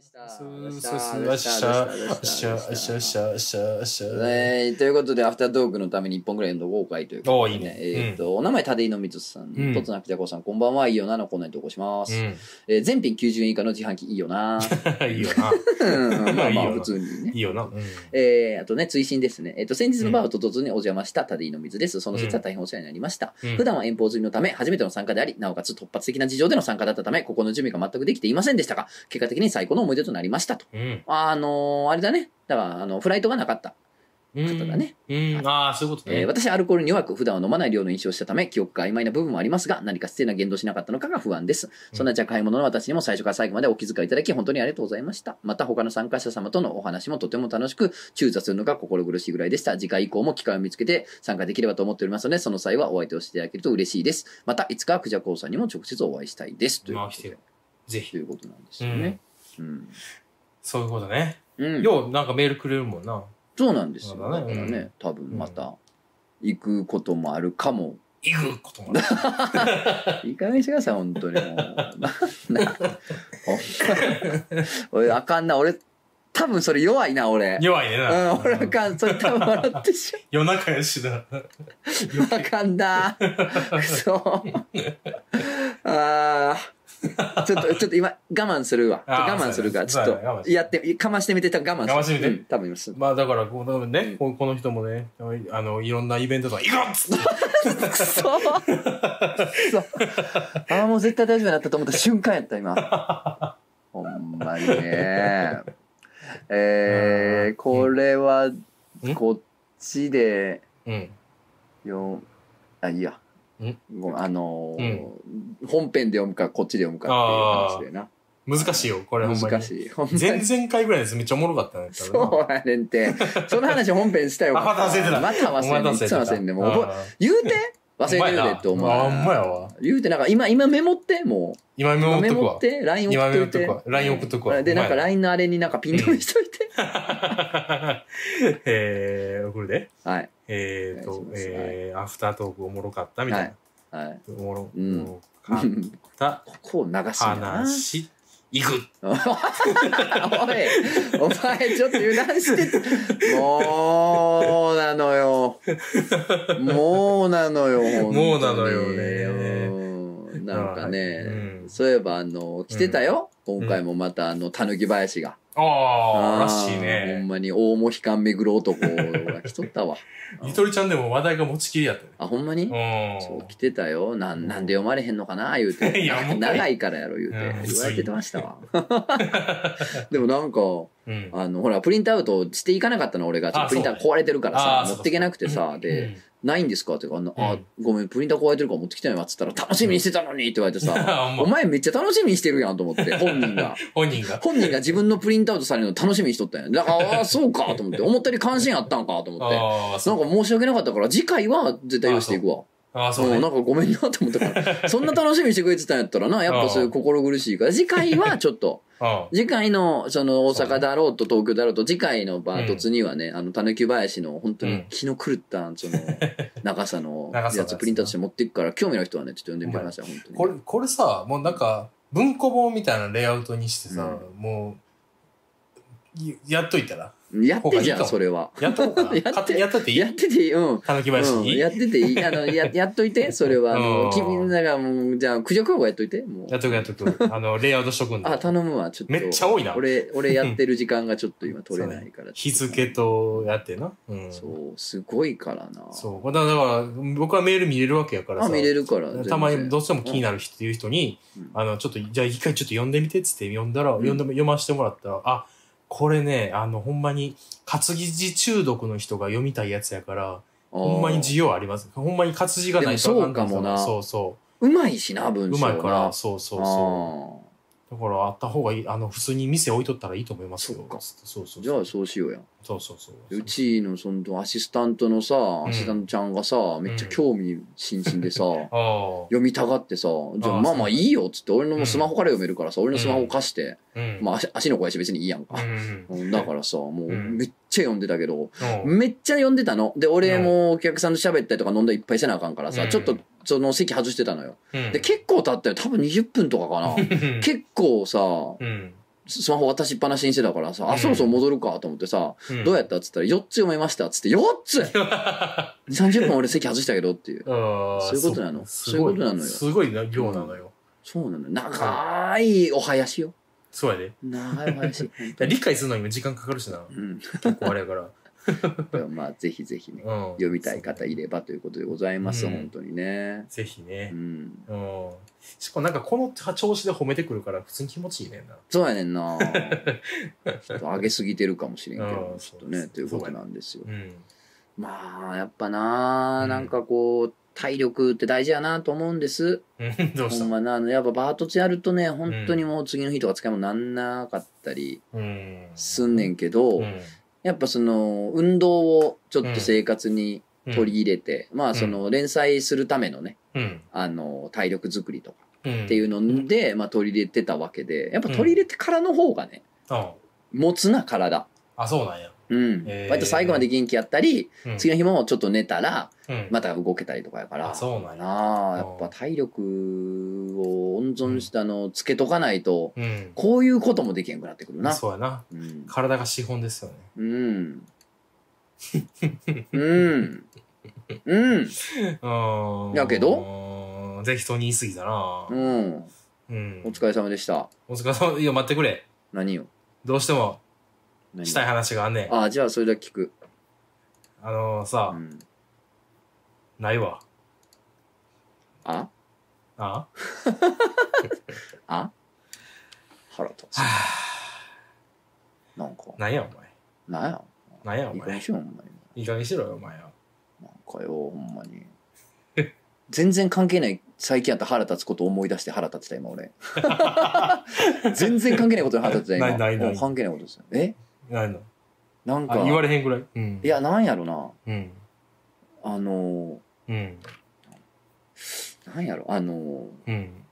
した。おえー、ということで、アフタートークのために1本ぐらい読んどこうかいということおーで、いいねえーっと、お名前、立井のみつさん、うんとつなきたこさん、こんばんは、いいよなのコーナーに投稿します。えー、全品90円以下の自販機、いいよ な。いいよな。うんまあいいまよあ、な普通にねい。いよな。えー、あとね、追伸ですね。えーっと、先日のバーをととつにお邪魔した立井の水です。その説は大変お世話になりました。普段は遠方済みのため、初めての参加であり、なおかつ突発的な事情での参加だったため、ここの準備が全くできていませんでしたが、結果的に最高の思い出となりましたと。うん。あのーあれだね。だから、あの、フライトがなかった。うん。うん。ああ、そういうことえーね。私はアルコールに弱く普段は飲まない量の飲酒をしたため記憶が曖昧な部分もありますが何か失礼な言動をしなかったのかが不安ですそんなじゃ買い物の私にも最初から最後までお気遣いいただき本当にありがとうございましたまた他の参加者様とのお話もとても楽しく中座するのが心苦しいぐらいでした次回以降も機会を見つけて参加できればと思っておりますのでその際はお相手をしていただけると嬉しいですまたいつかクジャコウさんにも直接お会いしたいですというまこあ、と来てでよ。とぜひ。いうことなんですうよんね。うん、そういうことね。うんよう、なんかメールくれるもんな。そうなんですよまだだねからね、うん多分また行くこともあるかもいくこともな。いい加減にしてください、本当にもう。 な、な、ほんま俺、あかんな、俺、多分それ弱いな、俺。弱いねうな。ん、俺あかん、それ多分笑ってし夜中や しな。まう。あかんだ。くそ。あーちょっと、ちょっと今、我慢するわ。あー我慢するから、ちそょうっやなそうやな我慢すと、るやって、かましてみて、多分我慢する。かましてみてうん多分今す。まあ、だから、このね、この人もね、あの、いろんなイベントとか、いくっつって。くそくそああ、もう絶対大丈夫になったと思った瞬間やった、今。ほんまにね。えー、これは、こっちで、うん。よ、あ、いいやん。ごめんあのー本編で読むか、こっちで読むかっていう話難しいよ、こでれ、ほんな。ま難に。しい。ほんま前に。々回ぐらいです。めっちゃおもろかったね。そうやねん て。その話本編したよ。あまた忘れてたまたお忘前れだてた。いせつも忘れてんねんもう覚え言うて忘れてるでって思う。あ、ほんまやわ。言うて、なんか今、今メモって、もう。今メモっメとくモっわ。て、LINE 送っといて。今メモっとくわ LINE 送っとくわうんで、なんかお前 LINE のあれになんかピン止めしといて。 えー、これで、 はい。えーおと願、いしますえー、アフタートークおもろかったみたいな。はい。おもろ、うんおもろかったここを流すんだな。話、いく。 おい、お前ちょっと油断してて。もうなのよ。もうなのよ。本当にもうなのようんなんかね、うんそういえばあの、来てたよ。今回もまたあの、たぬき林が。ああ、ーらしいほね。ん。まに大も悲観めぐる男が来とったわ ゆとりちゃんでも話題が持ちきりやったあ、ほんまにね。うそう、ん来。てたよ。なうんん、なんで読まれへんのかな言うて。 いやもう長いからやろ、言うて。うん言われてましたわ。 でもなんか、うん。あの、ほら、プリントアウトしていかなかったの、俺が。ちょっあとプリンターそう壊れてるからあさ、そう持ってけなくてさ、うで、んないんですかって言うからあの、うあん、ごめん、プリンター壊れてるから持ってきてないわ。っつったら、楽しみにしてたのにって言われて あさ ほん、まお前めっちゃ楽しみにしてるやんと思って、本人が。本人が。本人が自分のプリントアウトされるの楽しみにしとったんや。だから、ああ、そうかと思って、思ったより関心あったんかと思って。ああ、なそんう。か申し訳なかったから、次回は絶対用意していくわ。ああ、そううんねな。んかごめんなと思ったから、そんな楽しみにしてくれてたんやったら な、やっぱそういう心苦しいから、次回はちょっと、うん次回の、その大阪だろうと東京だろうと、次回のバートツにはね、あの、たぬき林の本当うんに気の狂った、そ の、長さの長さのややつつプリントとして持っていくから、興味のある人はね、ちょっと読んでみてください、本当に。これこれさもうなんか文庫本みたいなレイアウトにしてさ、もういやっといたらやってじゃこん、こそれは。やっとこうか なやって勝手にやっといていやいってていい、うん。たぬき林うにん、やってていい。あの、や、 やっといて、それは。あうんの、君、だからもう、じゃあ、駆除競合やっといて、もうや。っとくやっとく あのレイアウトしとくんあ、だ頼むわ、ちょっと。めっちゃ多いな俺、俺やってる時間がちょっと今取れないから。日付とやってな、うん、そそうう、すごいからな。これだだから僕はメール見れるわけやからあ、さ見れるから。たまに全然どうしても気になる人っていう人に、うんあのちょっとじゃあ一回ちょっと読んでみてっつって読んだんら、読んで読ませてもらったらあこれねあのほんまに活字中毒の人が読みたいやつやからほんまに需要あります。ほんまに活字がないとあんないでもそうかもなそうそうまいしな、う。文う章まな。いから、そうそうあそう。だからあった方がいい。あの、普通に店置いとったらいいと思いますよ。そっかつってそうそーうじそゃう。あ、そうしようや。そうそうそう。うちの、その、アシスタントのさ、んアシスタントちゃんがさ、めっちゃ興味津々でさ、ああ。読みたがってさ、じゃあーあまあまあそういいよっつって、俺のもうスマホから読めるからさ、俺のスマホ貸して、うん。まあ足足の子やし別にいいやんかう。ん。うんだからさ、もううんめっちゃ読んでたけど、うんめっちゃ読んでたの。で、俺もお客さんと喋ったりとか飲んだりいっぱいせなあかんからさ、うんちょっとその席外してたのよ。うんで、結構経ったよ。多分20分とかかな。構、結構さ、うん。スマホ渡しっぱなしにしてたからさ、うあ、んそろそろ戻るかと思ってさ、うんどうやったっつったら、4つ読めましたっつって、4つ !30 分俺席外したけどっていう。あーそういうことなのすそごういうことなのよすごいな量なのよ。そうなの。長いお囃子よ。そうやで。長いお囃子。だ から理解するのにも時間かかるしな。うん。結構あれやから。まあ、ぜひぜひね、うん。読みたい方いればということでございます。うん本当にね。ぜひねう。ん。うん。しかもなんかこの調子で褒めてくるから普通に気持ちいいねんな。そうやねん な。ちょっと上げすぎてるかもしれんけどう、んちょっとね、そうということなんですよう。ん。まあ、やっぱなうあ、んなんかこう、体力って大事やなと思うんです。うんどうしほたんまな、あのやっぱバートツやるとね、本当にもう次の日とか使いもなんなかったりうん。すんねんけど、うん。やっぱその、運動をちょっと生活にうん取り入れて、まあその、連載するためのね、うん。あの、体力作りとかっっていううので、まあ取り入れてたわけで、やっぱ取り入れてからの方がね、ん。持つな、体。あ、そうなんや。うん。へー割と最後まで元気やったり、うん次の日もちょっと寝たら、うんまた動けたりとかやから。あそうなんや。なあやうんっぱ体力を温存して、あの、つけとかないと、うん。こういうこともできへんくなってくるな。そうやな。うん。体が資本ですよね。 うん。うん。うん。うん。やけどうんぜひ人に言い過ぎだなう。ん。うんお疲れ様でした。お疲れ様。いや、待ってくれ。何よ。どうしても何したい話があんねん。ああ、じゃあそれだけ聞く。あのうさ、ん。ないわ。あああ腹立つは。ぁなんか、 なんやお前。なんや。なんやおいいか前に。しよう、ほんまに。いい加減にしろよお前は。なんかよ、ほんまに。全然関係ない、最近あった腹立つこと思い出して腹立ってた、今俺。 全然関係ないことに腹立ってた、今。ないないないもう関係ないことですよ。えなんのなんあか、言われへんぐらい。うん。いや、なんやろな。うん。あのうん。ー、なんやろ、あのうん。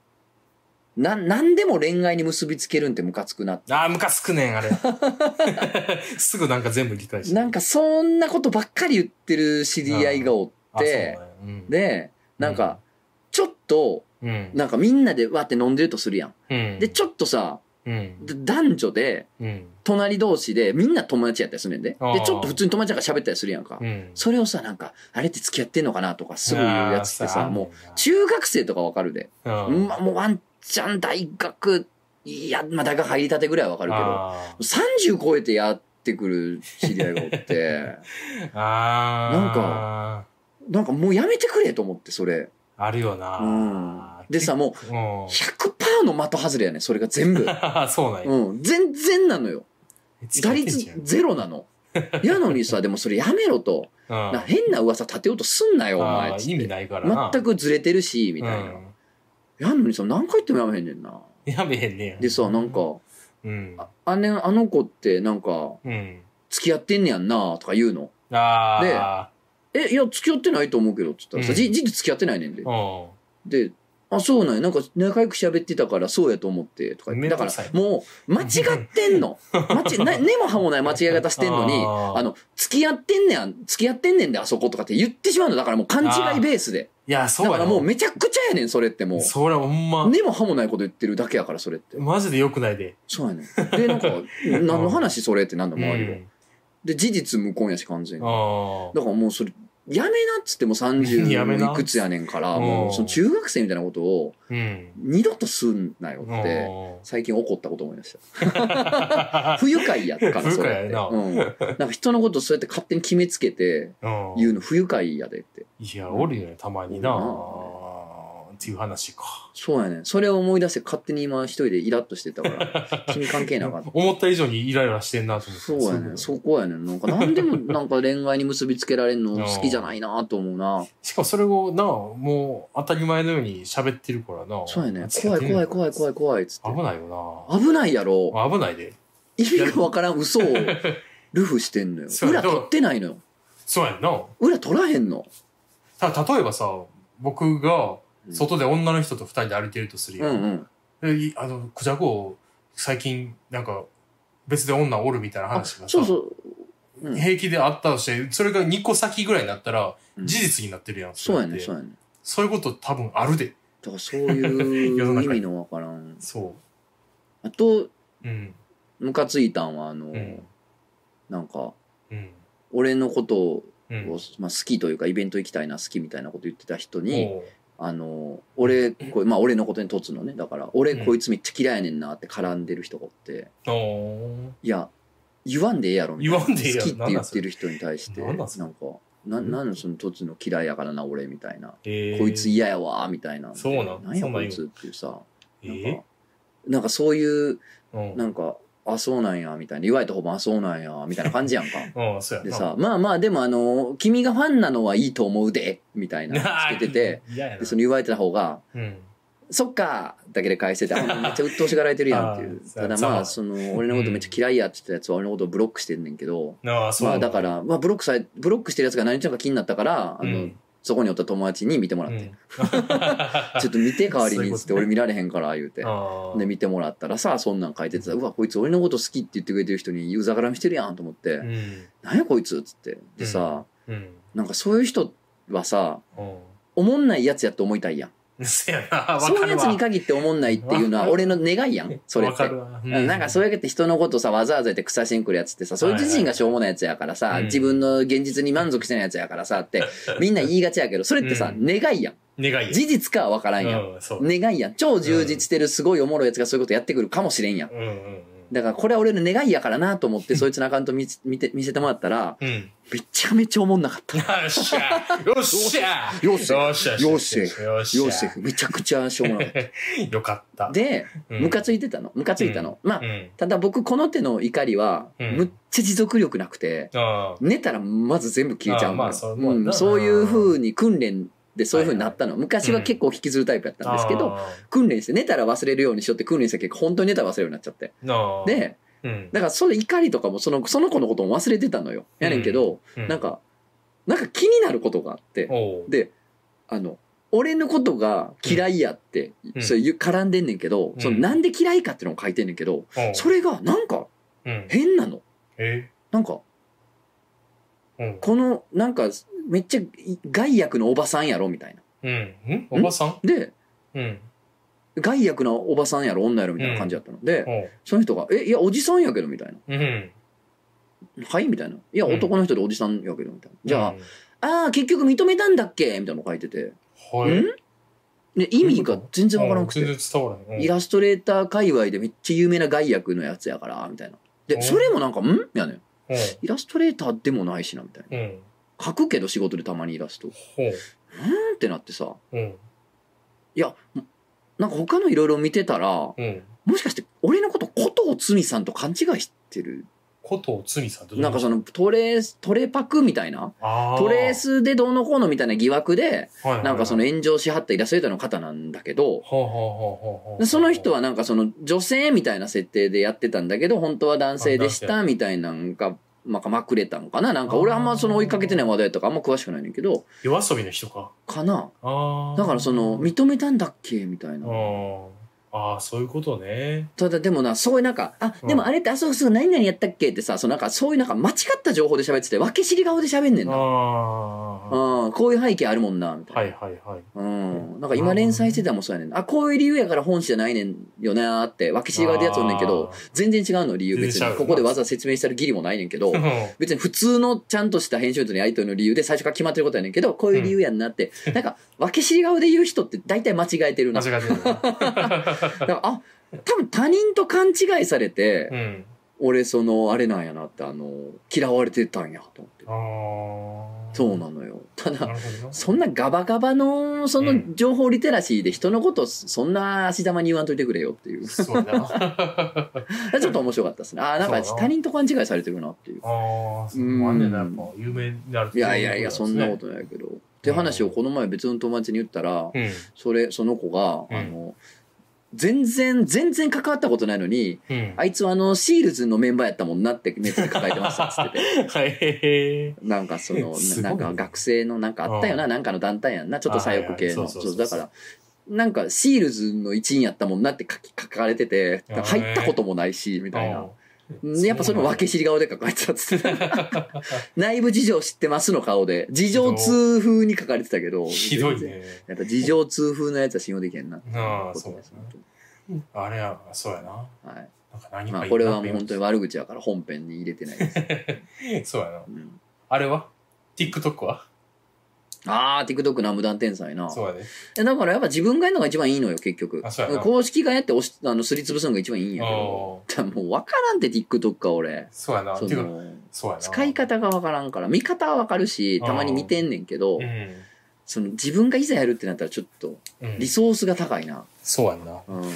ー、な、なんでも恋愛に結びつけるんってムカつくな。ああ、ムカつくねん、あれ。 すぐなんか全部理解して。なんか、そんなことばっかり言ってる知り合いがおっあ、そうなんてや、うん。で、なんか、ちょっと、うん、なんかみんなでわって飲んでるとするやん。うん。で、ちょっとさ、うん。で男女で、うん。隣同士でみんな友達やったりするねんで。あでー、ちょっと普通に友達が喋ったりするやんか。うん。それをさ、なんか、あれって付き合ってんのかなとか、すぐ言うやつってさ、もう、中学生とかわかるで。う、あーま、もうワンチャン大学、いや、まあ大学入りたてぐらいはわかるけど、あ30超えてやってくる知り合いがお って、ーあー。なんか、なんかもうやめてくれと思って、それ。あるよな。うん。でさ、もうんう、100%の的外れやねんそれが全部。 そうなんや。うん、全然なのよ。打率うんゼロなの。やのにさ、でもそれやめろと。な変な噂立てようとすんなよ、お前あっーつ意っ味て。ないからな。全くずれてるし、みたいな。うんやんのにさ、何回言ってもやめへんねんな。やべえねやでさ、なん、か、うん。ああねあの子ってなんか、うん。付き合ってんねやんな、とか言うの。あえ、いや、付き合ってないと思うけど、つったらうさ、んじ、じっと付き合ってないねんでで、。うで、あ、そうなんや。なんか仲良く喋ってたから、そうやと思って、とか言って。めだんかどらくさい、もう、間違ってん の。間違、な根も葉もない間違い方してんのに、あーあの、付き合ってんねやん、付き合ってんねんで、あそことかって言ってしまうの。だからもう勘違いベースで。ん。いや、そうだやからなもうめちゃくちゃやねん、それってもう。それほんま、根も葉もないこと言ってるだけやから、それって。マジで良くないで。そうやねん。で、 なんか、何の話それってなんだ、うん周りが。で、事実無根やし、完全に。あだからもうそれ、やめなっつっても やめ30ないくつやねんから、うんもうその中学生みたいなことをーうん。二度とすんなよって、最近怒ったこと思いました。不愉快やから、それって。不愉快やなうん。なんか人のことそうやって勝手に決めつけてうん 言うの不愉快やでって。いや、おるよね、たまにな。おるなっていう話か。そうやねん。それを思い出して勝手に今一人でイラッとしてた から、君関係なかった。思った以上にイライラしてんなと思って。そうやねん。すごいそこやねん。なんか何でもなんか恋愛に結びつけられる のうん好きじゃないなと思うな。しかもそれをな、もう当たり前のように喋ってるからな。そうやねん。怖い怖い怖い怖い怖いっつって。危ないよ危ないやろ。な。危ないで。意味がわからん 。嘘をルフしてんのよそう裏取ってないのよ。そうやんな。裏取らへんの。た例えばさ、僕がうん外で女の人と二人で歩いてるとするうやんんうん。でいあの、クジャクを最近なんか別で女おるみたいなあ話がさ、そうそう。うん平気であったとして、それが2個先ぐらいになったらうん事実になってるやん。そうやねん、れってそうやねん。そういうこと多分あるで。だからそうい 世のう意中に味のわからん。そあと、う。うん。ムカついたんはあの、うんなんかうん俺のことを、うんまあ、好きというかイベント行きたいな好きみたいなこと言ってた人に、おうあの俺こまあ俺のことにとつのねだから俺うんこいつめっちゃ嫌いやねんなって絡んでる人がおっておういや言わんでええやろみたいな言わんでええやろ好きって言ってる人に対してなんななんんそれかななんそのとつの嫌いやからな俺みたいな、えーこいつ嫌やわみたいなそうなんなんやそんこなん言ういつっていうさなんか,、えなんかそういうーなんかあそうなんやみたいな言われた方もあそうなんやみたいな感じやん か。うんうんそうやでなさ、まあまあ、でもあの、君がファンなのはいいと思うで、みたいななあのつけてて、嫌 やなで、その言われてた方が、うんそっかーだけで返してて、あめっちゃ鬱陶しがられてるやんってい あう。ーただざままあ、その、俺のことめっちゃ嫌いやって言ったやつは俺のことをブロックしてんねんけど、なあそうまあだから、まあブロックされ、ブロックしてるやつが何ちゃうか気になったから、あうの、んそこにおった友達に見てもらうっん て、ちょっと見て代わりそういにうっことつって、俺見られへんから言うて。あーで見てもらったらさそんなん書いててさうわこいつ俺のこと好きって言ってくれてる人にうざがらみしてるやんと思って、うんなんやこいつっつってでさ、うんなんかそういう人はさうんおもんないやつやと思いたいやん せやな、わかそういうるやつわに。限っておもんないっていうのわはかる俺の願いやんそれっわかて。るわ。うなんかそうやって人のことさわざわざやって草しんくるやつってさそれ自身がしょうもないやつやからさ、はいはいはい自分の現実に満足してないやつやからさ ってみんな言いがちやけどそれってさ、うん願いやん願いや。事実かは分からんやん、うん、そう。願いやん超充実してるすごいおもろいやつがそういうことやってくるかもしれんやんうんうんだからこれは俺の願いやからなと思ってそいつのアカウント見つ見て見せてもらったらうん。うん。めちゃめちゃおもんなかったよっしゃよっしゃよっしゃよっしゃよっしゃよっしゃヨーセフめちゃくちゃしょうもなかっよかった た。でムカついいてたのムカついたの、まあうん。ただ僕この手の怒りはうんむっちゃ持続力なくて、あ寝たらまず全部消えちゃうのよあまあそうまあうんなそういう風に訓練でそういう風になったの、昔は結構引きずるタイプだったあ。んですけど、あ訓練して寝たら忘れるようにしようって訓練した結果本当に寝たら忘れるようになっちゃってー、なあ、でうんだからそれ怒りとかもそのその子のことも忘れてたのよやねんけど、うなん、かなんか気になることがあって、おうであの俺のことが嫌いやって、うんそれ言う絡んでんねんけど、うんそのなんで嫌いかっていうのを書いてんねんけど、おうそれがなんかうん、変なのえなんかうん。このなんかめっちゃ害悪のおばさんやろみたいなうん。んおばさんでうん。害悪なおばさんやろ女やろみたいな感じだったので、おうその人が「えいやおじさんやけど」みたいなうん。 「はい?」みたいな「いやうん男の人でおじさんやけど」みたいな「じゃあ、うん、ああ結局認めたんだっけ?」みたいなの書いてて「はい。ん?」で意味が全然わからなくてうん全然伝わらない。イラストレーター界隈でめっちゃ有名な害役のやつやから、みたいな。うで、んそれもなんか、んやねん。うん。イラストレーターでもないしな、みたいな。うん。書くけど仕事でたまにイラスト。うほう。ーんってなってさ、うん。いや、もなんか他のいろいろ見てたら、もうん。しかして俺のこと、ことをつみさんと勘違いしてる。ことを罪さんとなんかそのトレース、トレパクみたいな。トトレー、スでどうのこうのみたいな疑惑で、はいはいはいなんかその、炎上しはったイラストレーターの方なんだけど、ほうほうほうほうほでうその人、はなんかその女性みたいな設定でやってたんだけど本当は男性でしあ男たみたいなんがまあまくれたんかななんか俺あんまその追いかけてない話題とかあんま詳しくないねんけど夜遊びの人か。かなああ。だからその認めたんだっけみたいなああ、ああ、そういうことね。ただでもなそういうなんかあでもあれってあそうそう何々やったっけってさそのなんかそういうなんか間違った情報で喋ってて分け知り顔で喋んねんあなあ。はうんこういう背景あるもんなみたいいな、はいはい。うんなんか今連載してたのもそうやねんなあこういう理由やから本誌じゃないねんよなーって分け知り顔でやつおんねんけどあ全然違うの理由別全然違にうここでわざわざ説明したる義理もないねんけどー、 別に普通のちゃんとした編集部とのやり取りの理由で最初から決まってることやねんけどこういう理由やんなって、なんか分け知り顔で言う人って大体間違えてる間な違えてるな。だからあ多分他人と勘違いされて、うん。俺そのあれなんやなってあの嫌われてたんやと思ってああ。そうなのよたなだるほどな。そんなガバガバのそうのん情報リテラシーで人のことそんな足玉に言わんといてくれよっていうそうやな。 あちょっと面白かったですねあーなんかそうな他人と勘違いされてるなっていうあ、そうなんねんな、やっぱ、有名になる。いやいやいや、そんなこととないけど。って話をこの前別の友達に言ったら、うん。それ、その子が、うんあの、全然、全然関わったことないのに、うん。あいつはあの、シールズのメンバーやったもんなってネットで抱えてましたっつってて。 はい。なんかその、 すごないんねか学生のなんかあったよな、なんかの団体やんな、ちょっと左翼系あはいはの。いそうそ、そううそうだから、なんかシールズの一員やったもんなって書き書かれてて、あー入ったこともないし、みたいな。うんやっぱそれも分け知り顔で書かれてたっつって 内部事情知ってますの顔で事情通風に書かれてたけどひどい全然ね。やっぱ事情通風のやつは信用できへんなあことあですそうですねあれや、そうやな。はいなんか何まかあ、いいなこれはもう本当に悪口やから本編に入れてないです。そうやな。うん、あれは ?TikTok はああ、TikTok な無断転載な。そうやで。えだからやっぱ自分がやるのが一番いいのよ、結局あそうやな。公式がやって押しあのすりつぶすのが一番いいんやけど。おーだからもう分からんって TikTok か、俺。そうやな。そてか、のそうやな。使い方が分からんから、見方は分かるし、たまに見てんねんけどう、ん。その自分がいざやるってなったらちょっとうんリソースが高いな。そうやんな。うん。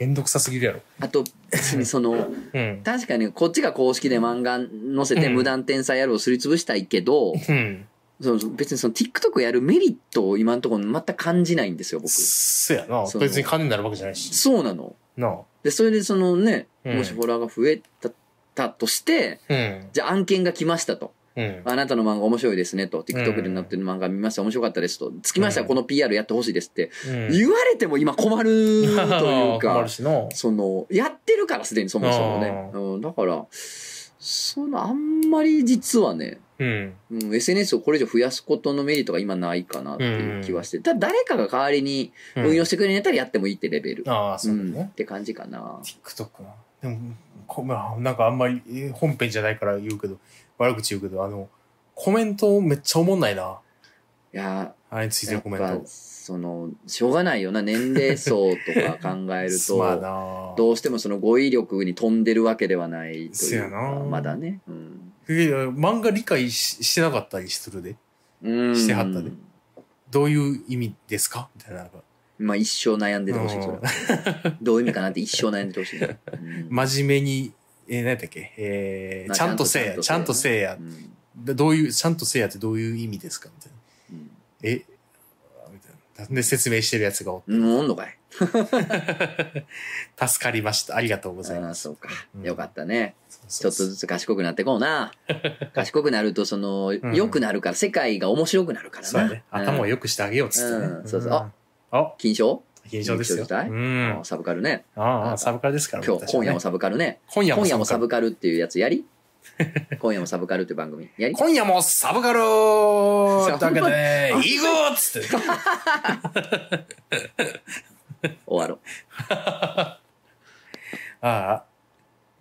めんどくさすぎるやろ。あ と、別にその、うん。確かにこっちが公式で漫画載せてうん無断転載やるをすりつぶしたいけど、うん。その別にその TikTok やるメリットを今のところ全く感じないんですよ、僕。そうやな。その別に金になるわけじゃないし。そうなの。なあ。で、それでそのね、うんもしフォロワーが増えたたとして、うん。じゃあ案件が来ましたと。うん。あなたの漫画面白いですねと。TikTok でなってる漫画見ました。面白かったですと。つきましたらこの PR やってほしいですって。うん言われても今困るという 困かる。しな。そのやってるからすでにそもそもね、うん、だからそのあんまり実はね、うん。うん、SNS をこれ以上増やすことのメリットが今ないかなっていう気はして、ただ誰かが代わりにうん運用してくれるんやったらやってもいいってレベル、ああ、そううんっね。て感じかな TikTok な。でも、こまあ、なんかあんまりえー本編じゃないから言うけど、悪口言うけど、あの、コメントめっちゃおもんないな。いやあれについてやるっコメントぱ。そのしょうがないよな年齢層とか考えるす まんとなどうしてもその語彙力に飛んでるわけではないとせいやうなかまだね、うん、いや漫画理解ししてなかったりするで。うんしてはったでどういう意味ですかみたいな。なんかまあ一生悩んでてほしういんそれは どういう意味かなって一生悩んでてほし いね、うん真面目に、えー、何だっけ、えーまあちゃんとせえや、ちちゃゃんんととせえやう。んでどういう、ちゃんとせえやってどういう意味ですかみたいな。えみたいな。で、説明してるやつがおっうん、もうおんのかいて助かりました。ありがとうございあまあす。そうか、うんよかったねちちょっとずつ賢くなってこう な賢くなるとそのん良くなるから世界が面白くなるからそうな、やね。頭を良くしてあげようっつってね。うんそうそうんあ、金賞、現象です緊張よ。したいうん。サブカルねああああ、サブカルですから。今日私は今ね夜もサブカルね今夜今夜もサカルブカルっていうやつやり 今夜もサブカルっていう番組やり今夜もサブカ ルーだけで、ブいいごっつって。終わろうああ、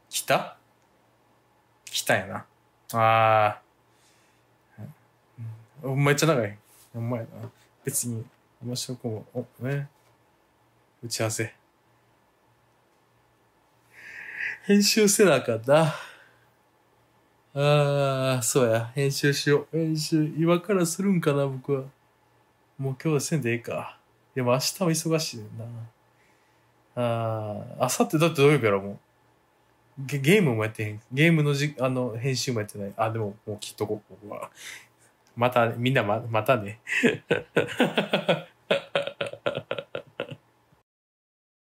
来た来たよな。ああ、うんめっちゃ長い。お前な。別に面白くも、おね。打ち合わせ。編集せなあかんな。ああ、そうや。編集しよう。編集、今からするんかな、僕は。もう今日はせんでええか。でも明日は忙しいねんな。ああ、あさってだって土曜日からもう、ゲゲームもやってへん。ゲームのじあの編集もやってない。あ、でももうきっとここは。また、みんなままたね。